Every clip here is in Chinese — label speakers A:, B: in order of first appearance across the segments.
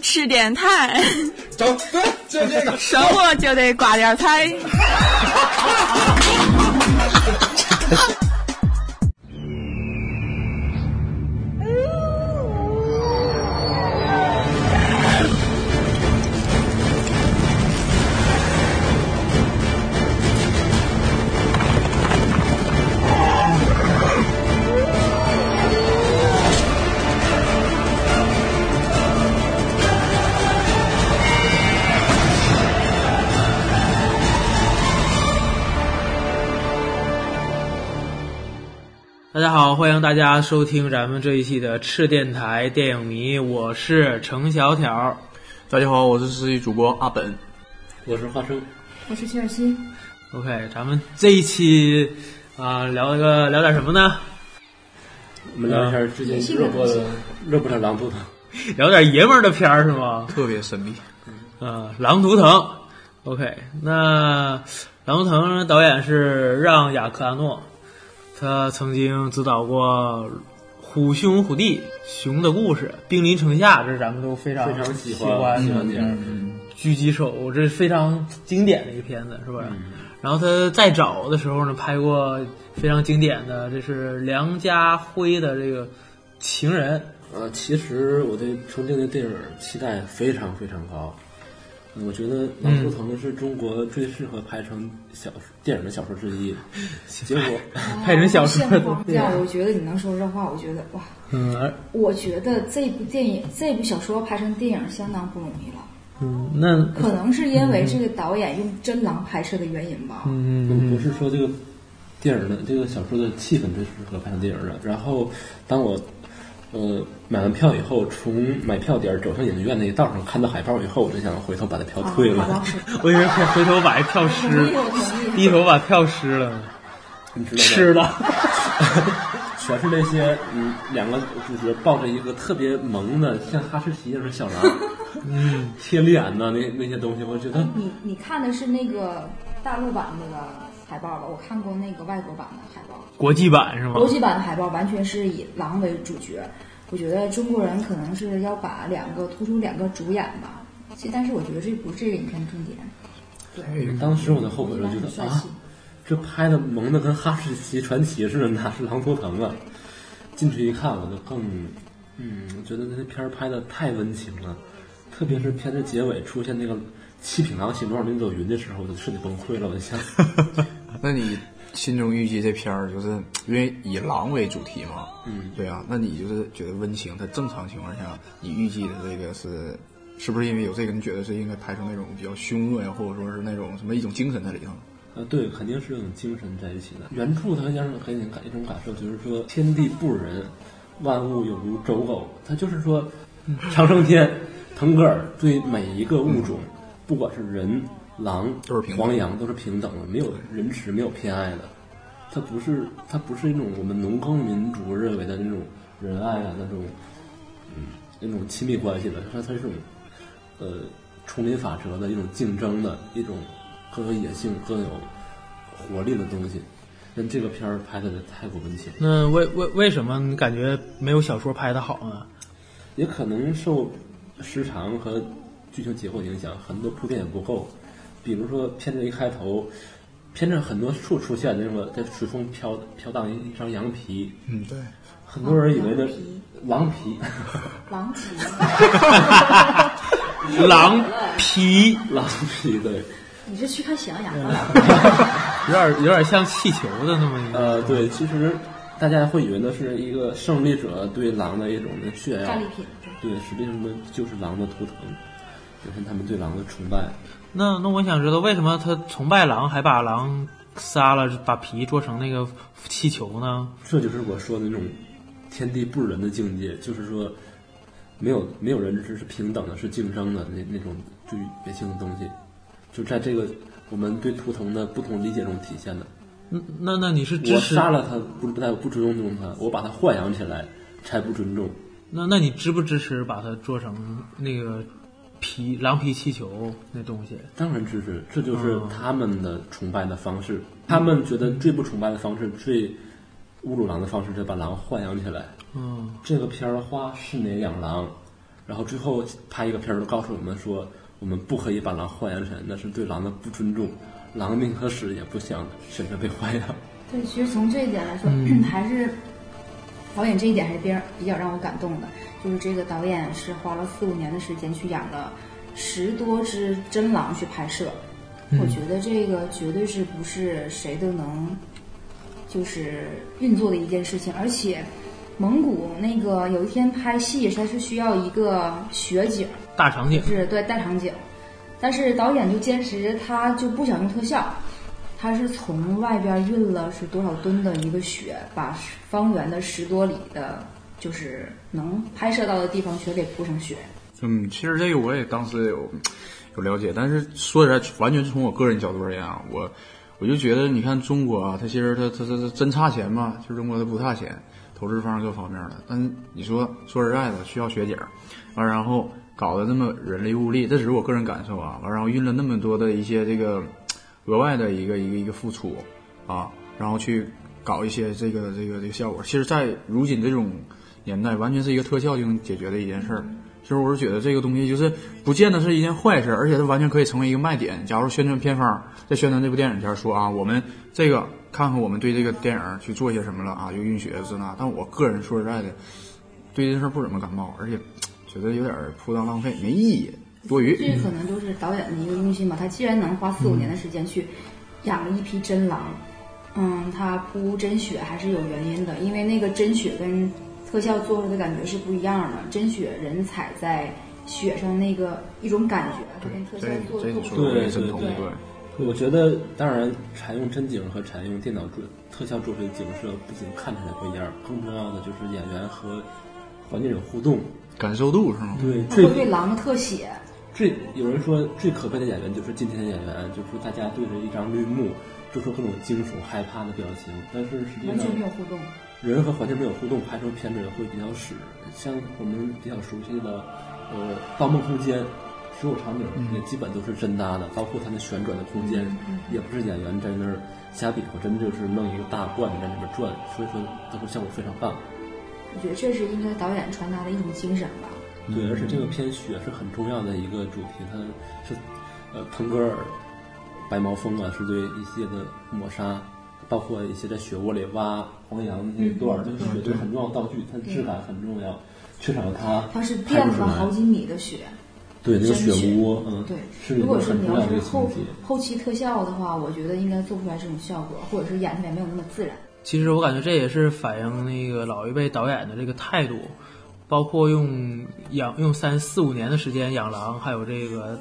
A: 吃点菜，
B: 整对，就这个。
A: 生活就得挂点彩。
C: 大家好，欢迎大家收听咱们这一期的赤电台电影迷，我是程小条。
D: 大家好，我是实习主播阿本。
E: 我是花生，
F: 我是徐小新，
C: OK，咱们这一期啊、聊一个聊点什么呢？啊
E: 我们聊一下之前热播的热播的《狼图腾》。
C: 聊点爷们儿的片儿是吗？
D: 特别神秘，
C: 啊，《狼图腾》。OK，那《狼图腾》导演是让雅克阿诺，他曾经指导过《虎兄虎弟》《熊的故事》《兵临城下》，这咱们都非常
E: 非常
C: 喜
E: 喜
C: 欢
E: 欢
C: 的
E: 嗯喜欢电影，
D: 嗯
C: 狙击手，这是非常经典的一个片子，是不是？
E: 嗯
C: 然后他再早的时候呢，拍过非常经典的，这是梁家辉的这个《情人》。
E: 呃，其实我对重庆的电影期待非常非常高。嗯我觉得《狼图腾》是中国最适合拍成小说电影的小说之 一。结 果，
F: 哦
C: 拍成小说
F: 现框架，我觉得你能说这话，我觉得哇，
C: 嗯，而
F: 我觉得这部电影、这部小说拍成电影相当不容易了。
C: 嗯，那
F: 可能是因为这个导演用真狼拍摄的原因吧。
C: 嗯，
E: 嗯不是说这个电影的这个小说的气氛最适合拍成电影的。然后，当我呃买完票以后，从买票点儿走向影院那一道上看到海报以后，我就想回头把这票
F: 啊，
E: 退了。
F: 好 吧，是
C: 我以为回回头把票
F: 同
C: 湿
F: 意，，我同意。
C: 低头把票湿了呢，
E: 你知道吗？
C: 吃了。
E: 全是那些嗯，两个主角抱着一个特别萌的，像哈士奇一样的小狼，嗯，贴脸的那那些东西，我觉得
F: 你你看的是那个大陆版那个海报吧？我看过那个外国版的海
E: 啊
F: 报。
C: 国际版是吗？
F: 国际版的海报完全是以狼为主角，我觉得中国人可能是要把两个突出两个主演吧。其但是我觉得这不是这个影片重点，
E: 当时我就后
F: 我
E: 悔
F: 觉
E: 了，觉
F: 得很
E: 得
F: 帅
E: 啊
F: 气。，
E: 这拍的萌的跟哈士奇传奇似的，哪是狼图腾啊？进去一看，我就更嗯，我觉得那片儿拍的太温情了，特别是片子结尾出现那个七品狼形状临走云的时候，我就彻底崩溃了，我就想。
D: 嗯那你心中预计这片儿就是因为以狼为主题嘛？嗯，对啊，那你就是觉得温情，它正常情况下你预计的这个是是不是因为有这个，你觉得是应该拍成那种比较凶恶呀，或者说是那种什么一种精神在里头？
E: 啊，对，肯定是有种精神在一起的。原著它让人给你感一种感受，就是说天地不仁，万物有如刍狗。它就是说，
D: 嗯
E: 长生天、腾格尔对每一个物种，不管是人、狼、
D: 嗯都是平等
E: 黄羊，都是平等的，没有仁慈，没有偏爱的。它不是，它不是一种我们农耕民族认为的那种仁爱啊，那种嗯那种亲密关系的，它它是一种呃丛林法则的一种竞争的一种更有野性、更有活力的东西。但这个片儿拍的太过温情，
C: 那为为为什么你感觉没有小说拍的好 呢？
E: 也可能受时长和剧情结构影响，很多铺垫也不够。比如说片子一开头，片子很多处出现那个在随风飘飘荡一一张羊皮，
D: 嗯，对，
E: 很多人以为那
F: 狼哦皮
E: 狼皮，
F: 狼骑，
C: 狼皮
E: 狼皮 对。
F: 你是去看喜羊羊了？
C: 有点有点像气球的那么一个，
E: 呃，对，其实大家会以为那是一个胜利者对狼的一种的炫耀
F: 战利，品，
E: 对，实际上呢就是狼的图腾，表现他们对狼的崇拜。
C: 那那我想知道为什么他崇拜狼，还把狼杀了，把皮做成那个气球呢？
E: 这就是我说的那种天地不仁的境界，就是说没有没有人知是平等的，是竞争的那那种最野性的东西，就在这个我们对图腾的不同理解中体现的。
C: 嗯那那你是支
E: 我
C: 持
E: 杀了他，不不但不尊重他，我把他豢养起来才不尊重。
C: 那那你支不支持把它做成那个皮狼皮气球那东西？
E: 当然支持，这就是他们的崇拜的方式。他们觉得最不崇拜的方式、最侮辱狼的方式，就是把狼豢养起来。
C: 嗯，
E: 这个片儿花是哪养狼？然后最后拍一个片儿，都告诉我们说，我们不可以把狼还原成，那是对狼的不尊重，狼宁可死也不想选择被还原。
F: 对，其实从这一点来说， 还是导演这一点还是比较比较让我感动的，就是这个导演是花了四五年的时间去养了十多只真狼去拍摄，我觉得这个绝对是不是谁都能就是运作的一件事情，而且。蒙古那个有一天拍戏，它是需要一个雪景，
C: 大场景，
F: 是对大场景，但是导演就坚持他就不想用特效，他是从外边运了是多少吨的一个雪，把方圆的十多里的就是能拍摄到的地方全给铺上雪。
D: 嗯，其实这个我也当时有有了解，但是说实在，完全从我个人角度而言啊，我我就觉得，你看中国啊，它其实它它它它真差钱吧？就是中国它不差钱，投资方各方面的。但是你说说实在的，需要学姐，完然后搞得那么人力物力，这只是我个人感受啊。完然后运了那么多的一些这个额外的一个一个一个付出啊，然后去搞一些这个这个这个效果。其实，在如今这种年代，完全是一个特效就能解决的一件事儿。就是我是觉得这个东西就是不见得是一件坏事，而且它完全可以成为一个卖点。假如宣传片方在宣传这部电影前说啊，我们这个看看我们对这个电影去做些什么了啊，又运血这那，但我个人说实在的，对这事儿不怎么感冒，而且觉得有点儿铺张浪费，没意义，多余。
F: 这可能就是导演的一个用心吧。他既然能花四五年的时间去养了一批真狼，嗯，他铺真雪还是有原因的，因为那个真雪跟特效做出来的感觉是不一样的。真雪人踩在雪上那个一种感觉，它跟特效
D: 这
F: 做
D: 这你
F: 做不
D: 说的
F: 出来
D: 我
E: 对
D: 也认同，
E: 对
D: 对。
E: 我觉得，当然，采用真景和采用电脑做特效做出的景色，不仅看起来不一样，更重要的就是演员和环境有互动。嗯
D: 感受度是吗？
E: 对，
F: 它会
E: 最
F: 对狼的特写。
E: 最有人说最可悲的演员就是今天的演员，就是大家对着一张绿幕，做出各种惊悚、害怕的表情，但是实际
F: 完
E: 上
F: 全没有互动。
E: 人和环境没有互动，拍出片子会比较屎。像我们比较熟悉的，呃，《盗梦空间》所有场景也基本都是真搭的，包括它那旋转的空间，也不是演员在那儿瞎比划，真就是弄一个大罐子在里边转，所以说它会效果非常棒。
F: 我觉得这是应该导演传达的一种精神吧。
E: 对，
C: 嗯
E: 而且这个片雪是很重要的一个主题，它是呃腾格尔、白毛峰啊，是对一些的抹杀，包括一些在雪窝里挖黄羊那些段儿，
C: 嗯
E: 就是雪是很重要的道具，它的质感很重要，缺少了它
F: 它是
E: 拍
F: 垫
E: 不出
F: 了好
E: 来。
F: 几米的雪，
E: 对，那个
F: 真
E: 雪
F: 雪
E: 屋，嗯，
F: 对。
E: 是一
F: 如
E: 个
F: 果是
E: 很
F: 你
E: 重
F: 要
E: 要的一
F: 是
E: 个情
F: 后
E: 节。
F: 后期特效的话，我觉得应该做不出来这种效果，或者是演出来没有那么 自然。
C: 其实我感觉这也是反映那个老一辈导演的这个态度，包括用养用三四五年的时间养狼，还有这个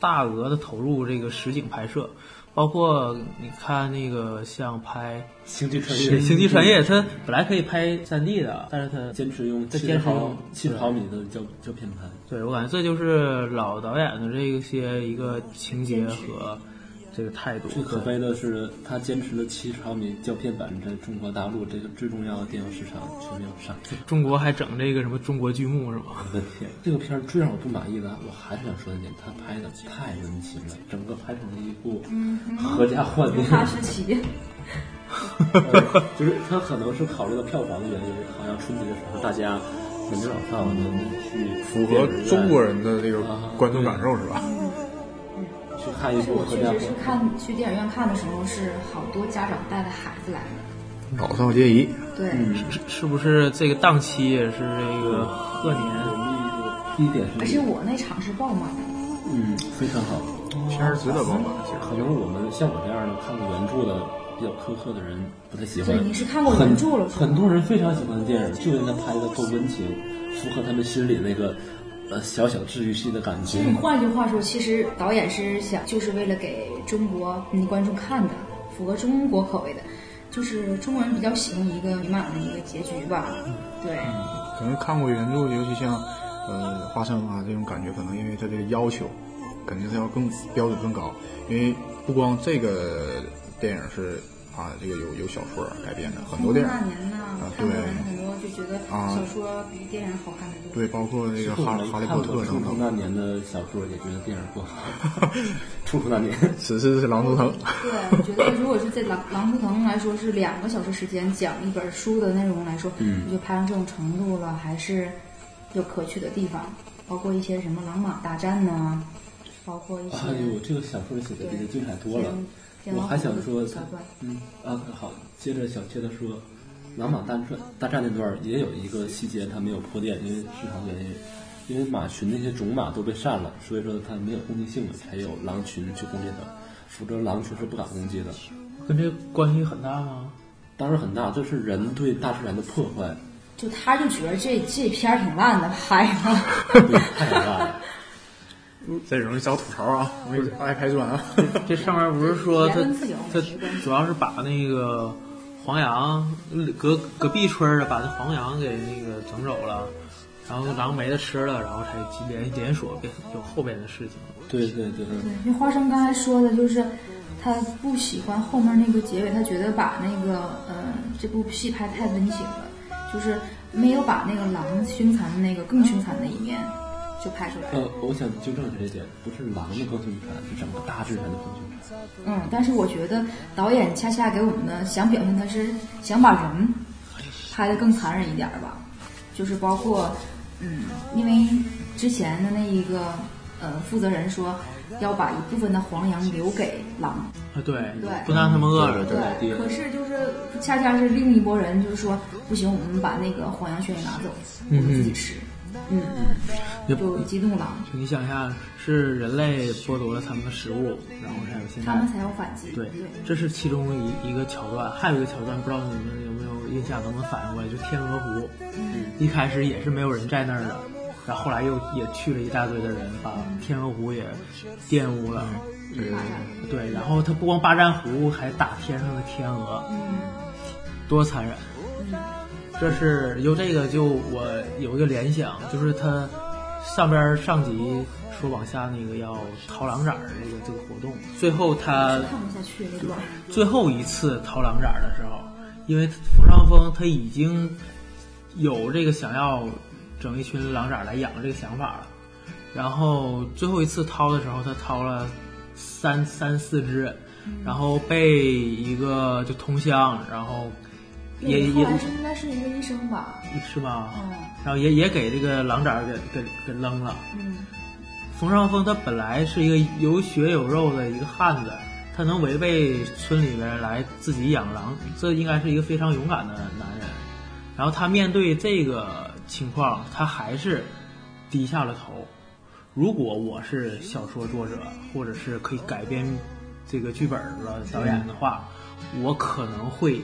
C: 大额的投入这个实景拍摄，包括你看那个像拍
E: 星际穿
C: 《
E: 越，嗯
C: 星际穿越》，它本来可以拍三 D 的，但是它
E: 坚持用
C: 它
E: 七
C: 坚
E: 十
C: 持
E: 毫
C: 用
E: 七十毫米的胶胶片拍。
C: 对我感觉这就是老导演的这些一个情节和这个态度。
E: 最可悲的是，他坚持了七十毫米胶片版在中国大陆这个最重要的电影市场却没有上映。
C: 中国还整这个什么中国剧目是吗？
E: 我的天，这个片儿最让我不满意的，我还是想说一点，他拍的太温情了，整个拍成了一部
F: 嗯
E: 合家欢的，
F: 哈士 奇，
E: 呃 就是他可能是考虑到票房的原因，好像春节的时候大家门多少票能去
D: 符合中国
E: 人
D: 人的这个观众感受是吧？
E: 去看一
F: 但是
E: 部
F: 我
E: 合
F: 确
E: 家
F: 实
E: 欢
F: 是。看去电影院看的时候，是好多家长带着孩子来的。
D: 老少皆宜。
F: 对，
E: 嗯
C: 是是不是这个档期也是这个贺年？
E: 第一点
F: 而
E: 是
F: 且，我那场是爆满的，
E: 嗯，非常好。
D: 其实值得帮忙，其
E: 可能我们像我这样的看过原著的比较苛刻的人不太喜欢。
F: 对你是看过原著了是吗
E: 很很多人非常喜欢的电影，就因为它拍的够温情，符合他们心里那个呃小小治愈系的感觉
F: 其。实换句话说，其实导演是想就是为了给中国嗯观众看的，符合中国口味的，就是中国人比较喜欢一个美满的一个结局吧。
E: 嗯
F: 对，
D: 实可能看过原著，尤其像呃花生啊这种感觉，可能因为它这个要求肯定是要更标准更高，因为不光这个电影是啊这个有有小说改编的，很多电
F: 那
D: 影
F: 年呢
D: 啊，
F: 看过的
D: 对
F: 很多就觉得
D: 啊
F: 小说比电影好看的多。
D: 对，包括那个
E: 我
D: 哈
E: 们
D: 哈利
E: 看
D: 波
E: 过
D: 特
E: 冲
D: 等等，
E: 出那年的小说，也觉得电影不好。 冲出那年，
D: 此事是狼图腾。
F: 对，我觉得如果是在狼《狼图腾》来说，是
D: 嗯
F: 两个小时时间讲一本书的内容来说，我觉得拍成这种程度了，还是有可取的地方，包括一些什么《朗玛大战》呐，包括一些
E: 哎呦，这个小说写的比这精彩多了。
F: 天
E: 我还想说
F: 天狼湖的桥段
E: 嗯啊，好，接着小切的说，朗玛大战大战那段儿也有一个细节，它没有破垫，因为市场原因，因为马群那些种马都被杀了，所以说它没有攻击性了，才有狼群去攻击它，否则狼群是不敢攻击的。
C: 跟这关系很大吗？
E: 当然很大，这是人对大自然的破坏，
F: 就他就觉得这这片儿挺烂的，拍了。
E: 对，太大了。
D: 这容易找吐槽啊，容易爱拍砖啊。
C: 这上面不是说他
F: 言论自由
C: 他
F: 没关系
C: 主要是把那个黄羊隔隔壁村儿的把那黄羊给那个整走了，然后狼没得吃了，然后才连连锁变有后边的事情。
E: 对对对，
F: 那花生刚才说的就是，他不喜欢后面那个结尾，他觉得把那个呃这部戏拍太温情了，就是没有把那个狼凶残的那个更凶残的一面就拍出来。
E: 呃，我想纠正这一点，不是狼的更凶残，是整个大自然的更凶残。
F: 嗯，但是我觉得导演恰恰给我们的想表现的是想把人拍得更残忍一点儿吧，就是包括嗯，因为之前的那一个呃负责人说要把一部分的黄羊留给狼，
C: 啊，对，
F: 对
C: 不让他们饿着。
D: 对
E: 对
F: 可是就是恰恰是另一拨人就是说不行，我们把那个黄羊血也拿走，我们自己吃，嗯，
C: 也
F: 就激怒狼，
C: 你想一下，是人类剥夺了他们的食物，然后才有现
F: 他
C: 在
F: 们。才有反击，
C: 对，这是其中一一个桥段，还有一个桥段，不知道你们有没有印象，能不能反应过来？就天鹅湖，一开始也是没有人在那儿的，然后后来又也去了一大堆的人，把天鹅湖也玷污了。
D: 对对
F: 发展。
C: 对，然后他不光霸占湖，还打天上的天鹅，
F: 嗯
C: 多残忍！这是由这个就我有一个联想，就是他上边儿上集说往下那个要掏狼崽儿这个这个活动，最后他
F: 看不下去那段儿，
C: 最后一次掏狼崽儿的时候，因为冯绍峰他已经有这个想要整一群狼崽儿来养这个想法了，然后最后一次掏的时候，他掏了三三四只，然后被一个就同乡，然后也
F: 那
C: 也
F: 个后来是应该是一个医生吧，
C: 是吧？
F: 嗯
C: 然后也也给这个狼崽儿给给给扔了。
F: 嗯，
C: 冯绍峰他本来是一个有血有肉的一个汉子，他能违背村里边来自己养狼，这应该是一个非常勇敢的男人。然后他面对这个情况，他还是低下了头。如果我是小说作者，或者是可以改编这个剧本的导演的话，我可能会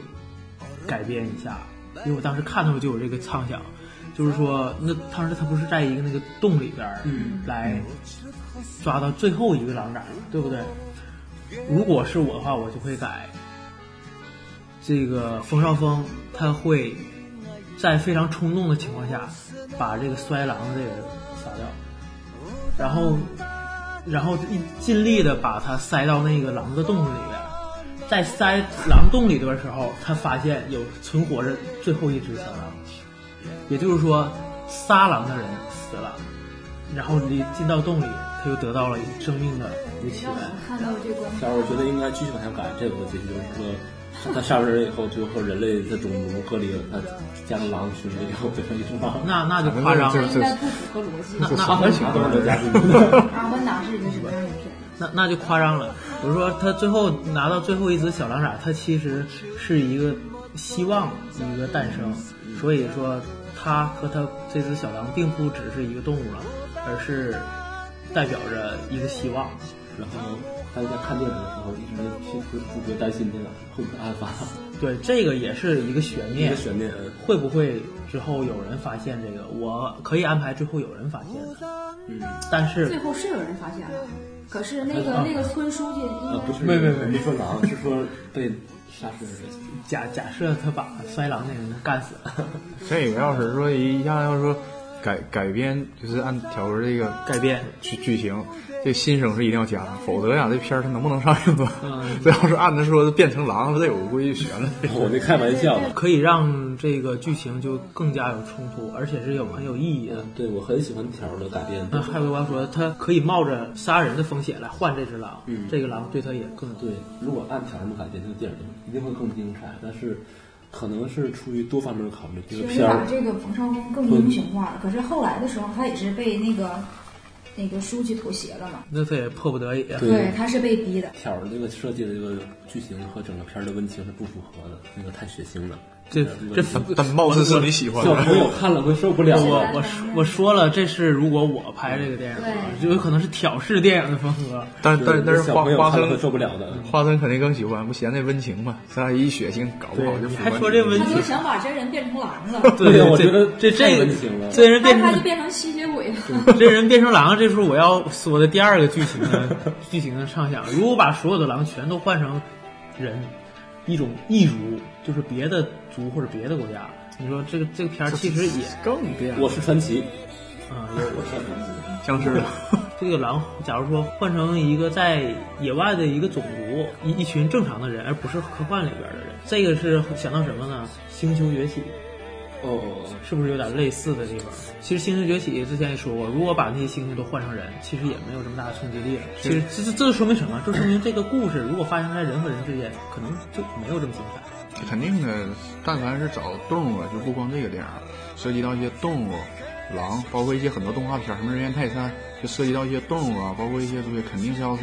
C: 改编一下，因为我当时看的时候就有这个畅想，就是说，那当时他不是在一个那个洞里边儿来抓到最后一个狼崽儿，对不对？如果是我的话，我就会改。这个冯绍峰他会在非常冲动的情况下，把这个摔狼这个杀掉，然后，然后一尽力的把它塞到那个狼的洞里边。在塞狼洞里的时候，他发现有存活着最后一只小狼，也就是说，杀狼的人死了，然后你进到洞里，他又得到了生命的一个起
F: 让我
C: 源
F: 们。看到这关。
E: 但是我觉得应该继续往下改这个问题，就是说，它杀人以后就和人类的种族割裂，它加入狼群了以后变成一只狼。
C: 那那就夸张
D: 这
F: 这
C: 了。
F: 应该不符合逻辑。
C: 那
D: 什么情
E: 阿
D: 况
E: 凡？达的
F: 阿凡达是一个什么样的片？
C: 那那就夸张了。比如说，他最后拿到最后一只小狼崽，他其实是一个希望一个诞生，所以说他和他这只小狼并不只是一个动物了，而是代表着一个希望。
E: 然后大家看电影的时候一直去不不觉担心这个会不会案发，呃
C: 对，这个也是一个悬
E: 一
C: 念
E: 个。悬念。
C: 会不会之后有人发现这个？我可以安排最后有人发现，
E: 嗯，
C: 但是
F: 最后是有人发现了，可是那个那个村书记因
E: 啊
F: 为
E: 不是，
C: 没没没
E: 我没说狼，是说被杀死的人。
C: 假假设他把摔狼那人干死了，
D: 这个要是说一下要说改改编，就是按条文这个
C: 改变
D: 剧剧情，这新生是一定要加的，否则呀，这片儿它能不能上映啊？
C: 嗯
D: 这要是按着说变成狼，它得有个规矩悬了。
E: 我那开玩笑 的。
C: 可以让这个剧情就更加有冲突，而且是有很有意义的。
E: 嗯，对我很喜欢条的改编。
C: 那海龟王说，他可以冒着杀人的风险来换这只狼，
E: 嗯
C: 这个狼对他也更有
E: 对，如果按条那么改编，这个电影一定会更精彩。但是可能是出于多方面考虑，这个
F: 就是
E: 片
F: 把
E: 儿
F: 这个冯绍峰更英雄化了。可是后来的时候，他也是被那个那个书记妥协了嘛，
C: 那他也迫不得已啊。
E: 对
F: 对，他是被逼的。
E: 条儿这个设计的这个剧情和整个片儿的温情是不符合的，那个太血腥了。呃
C: 这
E: 个
C: 这
E: 小
D: 但貌似是你喜欢的，
E: 朋友看了会受不了
C: 我
E: 啊！
C: 我说我说了，这是如果我拍这个电影的话，就有可能是挑事电影的风格。
D: 但但但是
E: 小
D: 花
E: 朋友
D: 花
E: 看了会
D: 生
E: 受不了的。
D: 花生肯定更喜欢，不嫌那温情嘛？咱俩一血腥，搞不好
C: 对
D: 就
C: 你
D: 符
C: 还
D: 合
C: 说
D: 你
C: 这温
F: 他
C: 情
F: 就想把这人变成狼了，
E: 对我
C: 这
E: 觉得
C: 这
E: 太
C: 这
E: 温情了
C: 这人
F: 但
C: 变
F: 是他就
C: 成
F: 变成吸血鬼了。
C: 这人变成狼，这是我要说的第二个剧情的剧情的畅想。如果把所有的狼全都换成人，一种异族，就是别的族或者别的国家，你说这个这个片儿其实也
D: 更变
E: 我是传奇，
C: 啊、
E: 我是传奇，
D: 僵尸了。
C: 这个狼，假如说换成一个在野外的一个种族，一一群正常的人，而不是科幻里边的人，这个是想到什么呢？星球崛起
E: 哦，
C: 是不是有点类似的地方？其实《星球崛起》之前也说过，如果把那些猩猩都换成人，其实也没有这么大的冲击力了。其实这这这说明什么？这说明这个故事如果发生在人和人之间，可能就没有这么精彩。
D: 肯定的，但凡是找动物，就不光这个电影，涉及到一些动物、狼，包括一些很多动画片，什么《人猿泰山》，就涉及到一些动物啊，包括一些东西，肯定是要是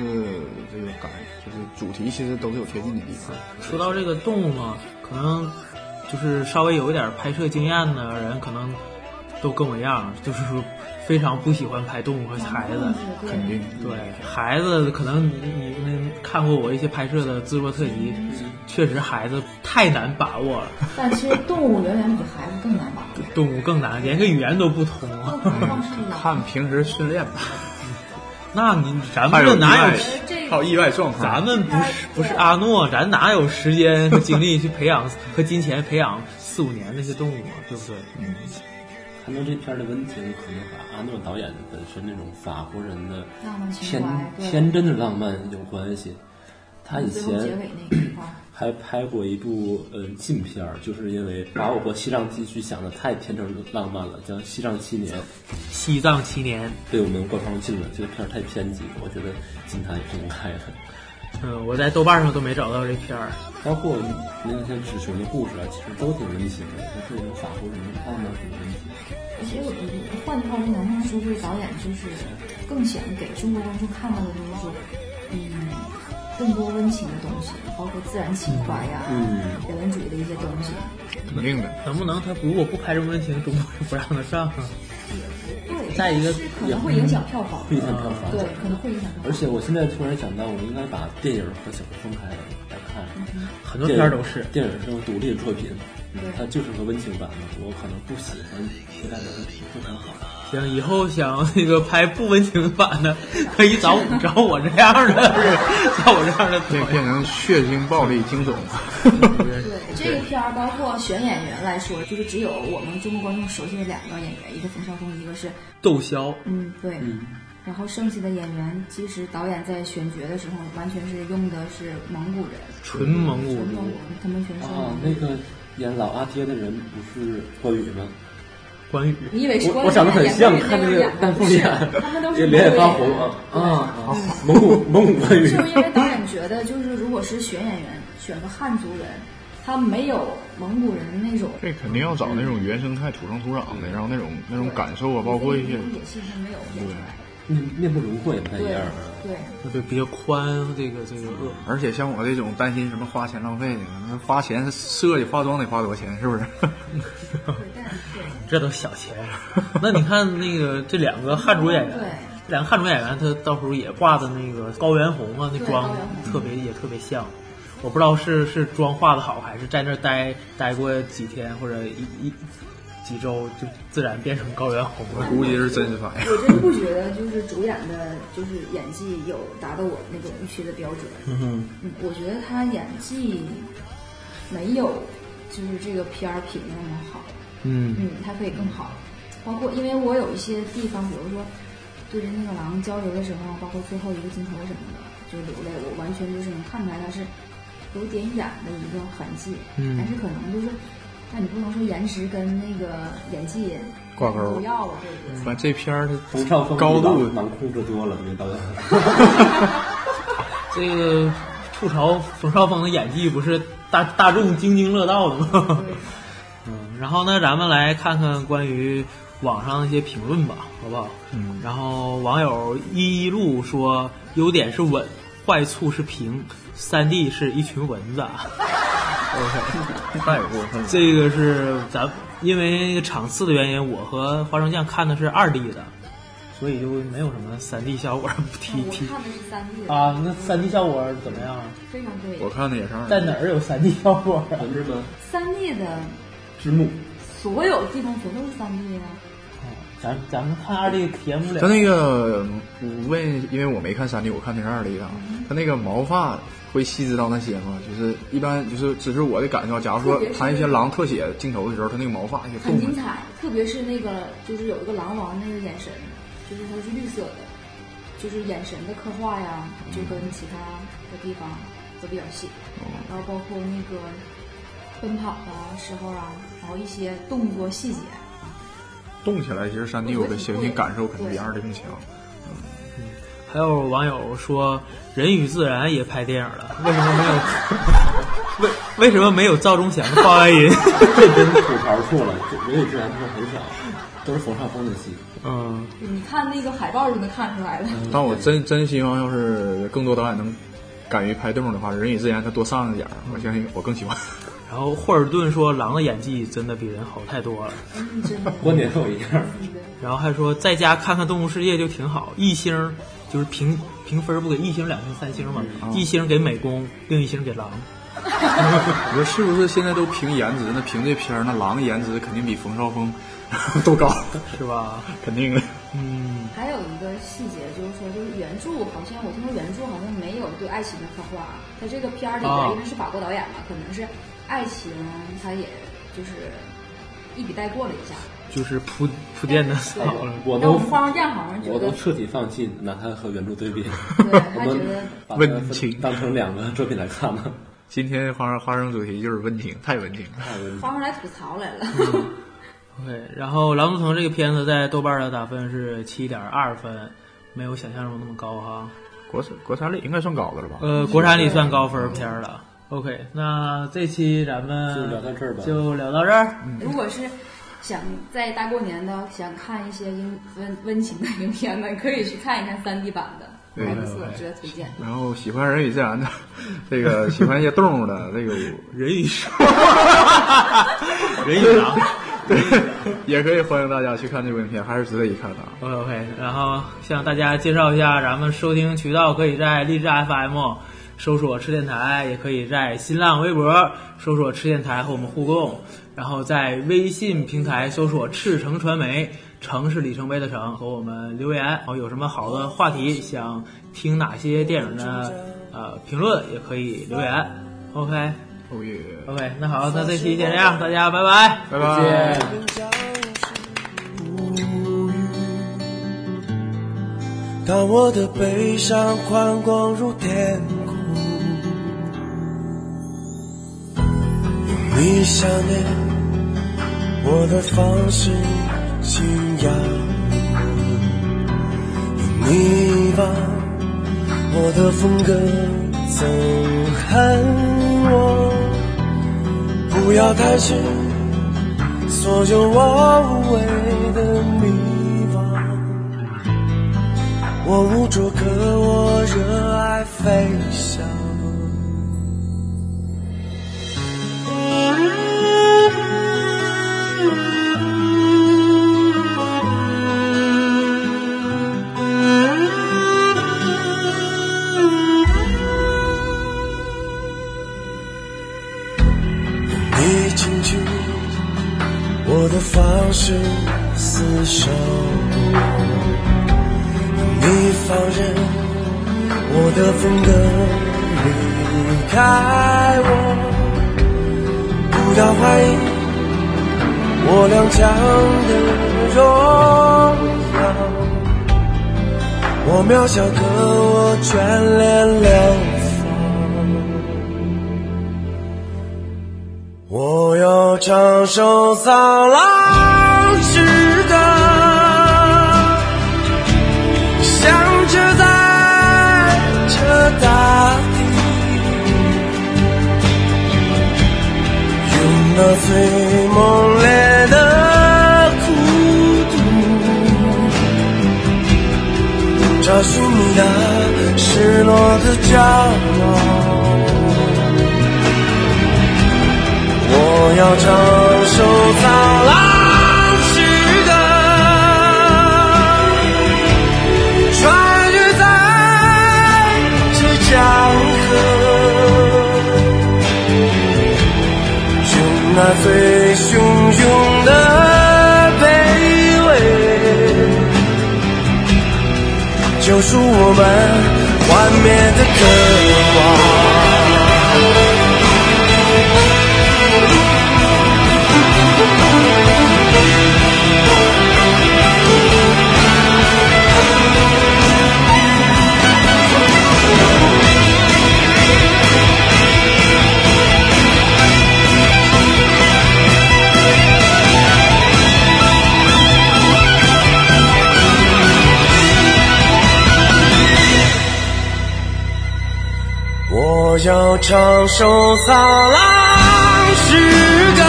D: 这个改，就是主题其实都是有贴近的地方。
C: 说到这个动物嘛，可能就是稍微有一点拍摄经验的人，可能都跟我一样，就是说非常不喜欢拍动物和孩子。
F: 嗯对
D: 肯定，
C: 对孩子，可能你你们看过我一些拍摄的制作特辑，确实孩子太难把握了，
F: 但其实动物远远比孩子更难吧？
C: 动物更难，连个语言都不通。啊
F: 更何况是狼。
D: 看平时训练吧，
C: 那你咱
D: 还
C: 们
D: 有
C: 这
D: 意
C: 哪有
D: 外
C: 时？，
F: 这
D: 还有意外状况。
C: 咱们不是不是阿诺，咱哪有时间和精力去培养和金钱培养四五年那些动物啊，对不对？
E: 看到这片儿的温情，可能和阿诺导演本身那种法国人的
F: 浪漫情
E: 天
F: 怀，对，
E: 天真的浪漫有关系。他以
F: 最后结
E: 前
F: 尾那一块儿，
E: 还拍过一部呃禁片儿，就是因为把我国西藏地区想的太天真浪漫了，叫《西藏七年》
C: 西藏七年，
E: 被我们官方禁了，这个片儿太偏激，我觉得禁它也是应该的。
C: 嗯，我在豆瓣上都没找到这片儿。
E: 包括嗯那些纸熊的故事啊，其实都挺温情的，就是一种法国人的浪漫挺温情。
F: 其实我觉得，换句话说，南方说这导演就是更想给中国观众看到的就是说，嗯，更多温情的东西，包括自然情怀呀、
E: 嗯，
F: 人文主义的一些东西。
D: 肯定的，
C: 能不能他如果不拍这么温情，中国就不让他上啊？
F: 对，
C: 再一个
F: 是可能会影响票房，
E: 会影响票房。
F: 对，可能会影响票
E: 而
F: 房。
E: 且我现在突然想到，我应该把电影和小说分开来看。
C: 很多片儿都是。
E: 电影是种独立的作品，嗯
F: 对
E: 它就是个温情版的。我可能不喜欢，我感觉不太好。
C: 行，以后想那个拍不温情版的，可以找我找我这样的，找我这样的
D: 变
C: 导演。
D: 变成血腥、暴力、惊悚。
F: 对这个片儿，包括选演员来说，就是只有我们中国观众熟悉的两个演员，一个冯绍峰，一个是
C: 窦骁，
F: 嗯对，然后剩下的演员，其实导演在选角的时候，完全是用的是蒙古人，
C: 纯蒙古
F: 纯
C: 族
F: 蒙古，他们全是蒙
E: 啊
F: 古，
E: 那
F: 人。
E: 个演老阿爹的人不是关羽吗？
C: 关羽。
F: 你以为是
E: 我
F: 关
E: 我
F: 羽
E: 长得很
F: 演的
E: 像，
F: 那
E: 看那
F: 个
E: 个
F: 演
E: 弹
F: 不
E: 幕
F: 是
E: 演，
F: 他们都是
E: 脸也发
F: 蒙古
E: 红
F: 人
E: 啊啊！啊蒙古蒙古关羽
F: 就是因为导演觉得，就是如果是选演员，选个汉族人，他没有蒙古人的那种
D: 这肯定要找那种原生态、土生土长的，然后那种那种感受啊，包括一些
F: 野性是没有演出来
E: 面面部轮廓也不太一样
F: 的
E: 啊。。
F: 对
C: 对，
F: 对，
C: 比较宽，这个这个恶
D: 而且像我这种担心什么花钱浪费的，那花钱设计化妆得花多少钱，是不 是？
C: 这都小钱。 那你看那个这两个汉族演员，
F: 对
C: 两个汉族演员，他到时候也画的那个高原红啊，那
F: 对
C: 妆
F: 高原红
C: 特别也特别像。我不知道是是妆画的好，还是在那儿待待过几天或者一一几周就自然变成高原红了。
D: 估计是真实反应。
F: 我真不觉得就是主演的，就是演技有达到我那种预期的标准。
C: 嗯，
F: 嗯，我觉得他演技没有就是这个片儿品的那么好。
C: 嗯，
F: 嗯，它可以更好。包括因为我有一些地方，比如说对着那个狼交流的时候，包括最后一个镜头什么的，就流泪，我完全就是能看出来它是有点演的一个痕迹，
C: 嗯
F: 但是可能就是。那你不能说颜值跟那个演技
D: 挂钩
F: 不要啊，对不对？
D: 完这片儿它
E: 冯绍峰
D: 高度
E: 囊控制多了，那个导演。
C: 这个吐槽冯绍峰的演技不是大大众津津乐道的嘛。
F: 对，
C: 嗯，然后呢，咱们来看看关于网上的一些评论吧，好不好？
D: 嗯，
C: 然后网友一一路说，优点是稳，坏处是平，三 D 是一群蚊子。啊。
D: 太过分了。
C: 这个是咱因为场次的原因，我和花生酱看的是二 D 的，所以就没有什么三 D 效果提
F: 我
C: 提
F: 看的是三 D 的
C: 啊。那三 D 效果怎么样？啊
F: 非常对
D: 我。看的也是二
C: 在哪儿有三 D 效果啊？
E: 咱这呢，
F: 三 D 的
E: 之幕
F: 所有地方全都是三 D 啊，
C: 咱咱们看二 D 体验不
D: 他
C: 了。
D: 那个，我问，因为我没看三 D，我看的是二 D 的啊。
C: 嗯
D: 他那个毛发会细致到那些吗？就是一般，就是只是我的感受。假如说谈一些狼特写镜头的时候，他那个毛发就
F: 很
D: 动
F: 精
D: 了。
F: 彩。特别是那个，就是有一个狼王那个眼神，就是它是绿色的，就是眼神的刻画呀，就跟其他的地方都比较细。然后包括那个奔跑的时候啊，然后一些动作细节，
D: 动起来，其实三 D 我的相信感受肯定比二 D 更强。
C: 还有网友说，《人与自然》也拍电影了，为什么没有？为为什么没有赵忠祥的话外音？
E: 这真吐槽错了，这人与自然片很少，都是冯绍峰的戏。
C: 嗯，
F: 就你看那个海报就能看出来了。
D: 但我真真希望，要是更多导演能敢于拍动物的话，《人与自然》他多上一点儿，我相信我更喜欢。
C: 然后霍尔顿说，狼的演技真的比人好太多了。
F: 嗯， 真的，
E: 观点和我一样，
F: 真的
C: 然后还说在家看看《动物世界》就挺好，一星儿就是评评分儿不给一星、两星、三星嘛，
E: 嗯
C: 一星给美工，另一星给狼。
D: 你说是不是？现在都凭颜值，那凭这片儿，那狼颜值肯定比冯绍峰 都高，
C: 是吧？
D: 肯定的。
C: 嗯，
F: 还有一个细节就是说，就是原著好像我听说原著好像没有对爱情的刻画，在这个片儿里
C: 啊
F: 边，因为是法国导演嘛，可能是爱情，他也就是一笔带过了一下。
C: 就是铺铺垫的
E: 哎
C: 好了。
E: 我
F: 但
E: 都
F: 我们花生酱好像觉
E: 我
F: 得
E: 都，彻底放弃拿它和原著对比，
F: 对，
E: 我
F: 他觉得
E: 们把它
D: 温情
E: 当成两个作品来看 了。
D: 今天花生花生主题就是温情，太温情了。
E: 太温情
F: 花生来吐槽来了。
C: OK，然后《狼图腾》这个片子在豆瓣的打分是七点二分，没有想象中那么高哈。
D: 国产国产类应该算高的了吧？
C: 呃，国产里算高分片儿了。OK，那这期咱
E: 就
C: 们
E: 聊到这儿吧嗯
C: 就聊到这儿。
F: 如果是想在大过年的想看一些英温温情的影片呢，可以去看一看三 D 版的，还不错，值得推荐。
D: 然后喜欢人与自然的，这个 喜欢一些动物的，这个
C: 人与兽， 人与狼。
D: 也可以欢迎大家去看这部影片，还是值得一看的啊。
C: OK OK，然后向大家介绍一下，咱们收听渠道可以在荔枝 FM 搜索“吃电台”，也可以在新浪微博搜索“吃电台”和我们互动，然后在微信平台搜索“赤城传媒”，城是里程碑的城，和我们留言。然后有什么好的话题，想听哪些电影的呃评论，也可以留言。OK
D: 哦耶，
C: OK，那好，那这期先这样，大家拜拜。
D: 拜拜。
G: 当我的悲伤宽广如天空，用你想念我的方式信仰我，用你把我的风格憎恨我，不要探寻所有我无谓的迷惘。我无助，可我热爱飞翔。你清楚我的方式厮守。你放任我的风格离开我，不要怀疑我踉跄的荣耀，我渺小可我眷恋流放，我要唱首苍狼之歌。响彻在这大地，那最猛烈的孤独，找寻你那失落的角落。我要唱首苍狼之歌。穿越在这江河，用那最汹涌的卑微，救赎我们幻灭的渴望。我要唱首苍狼之歌，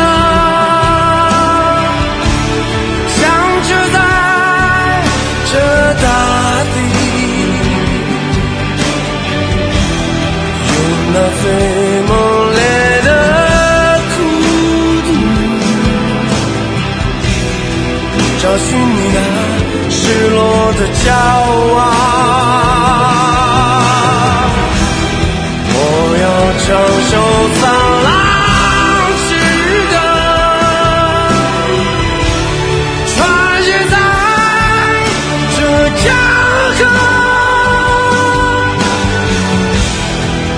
G: 响彻在这大地，用那最猛烈的孤独，找寻你那失落的骄傲。我要唱首苍狼之歌，穿越在这江河，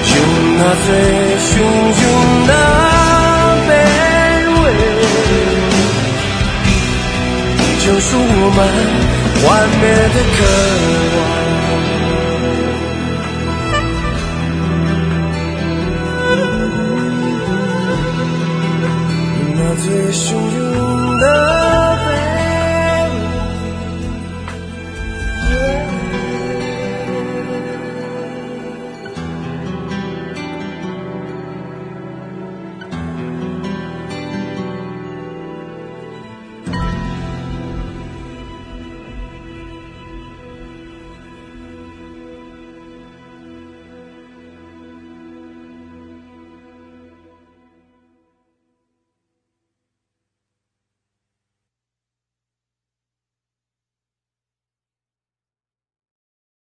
G: 用那最汹涌的卑微，救赎我们幻灭的渴望。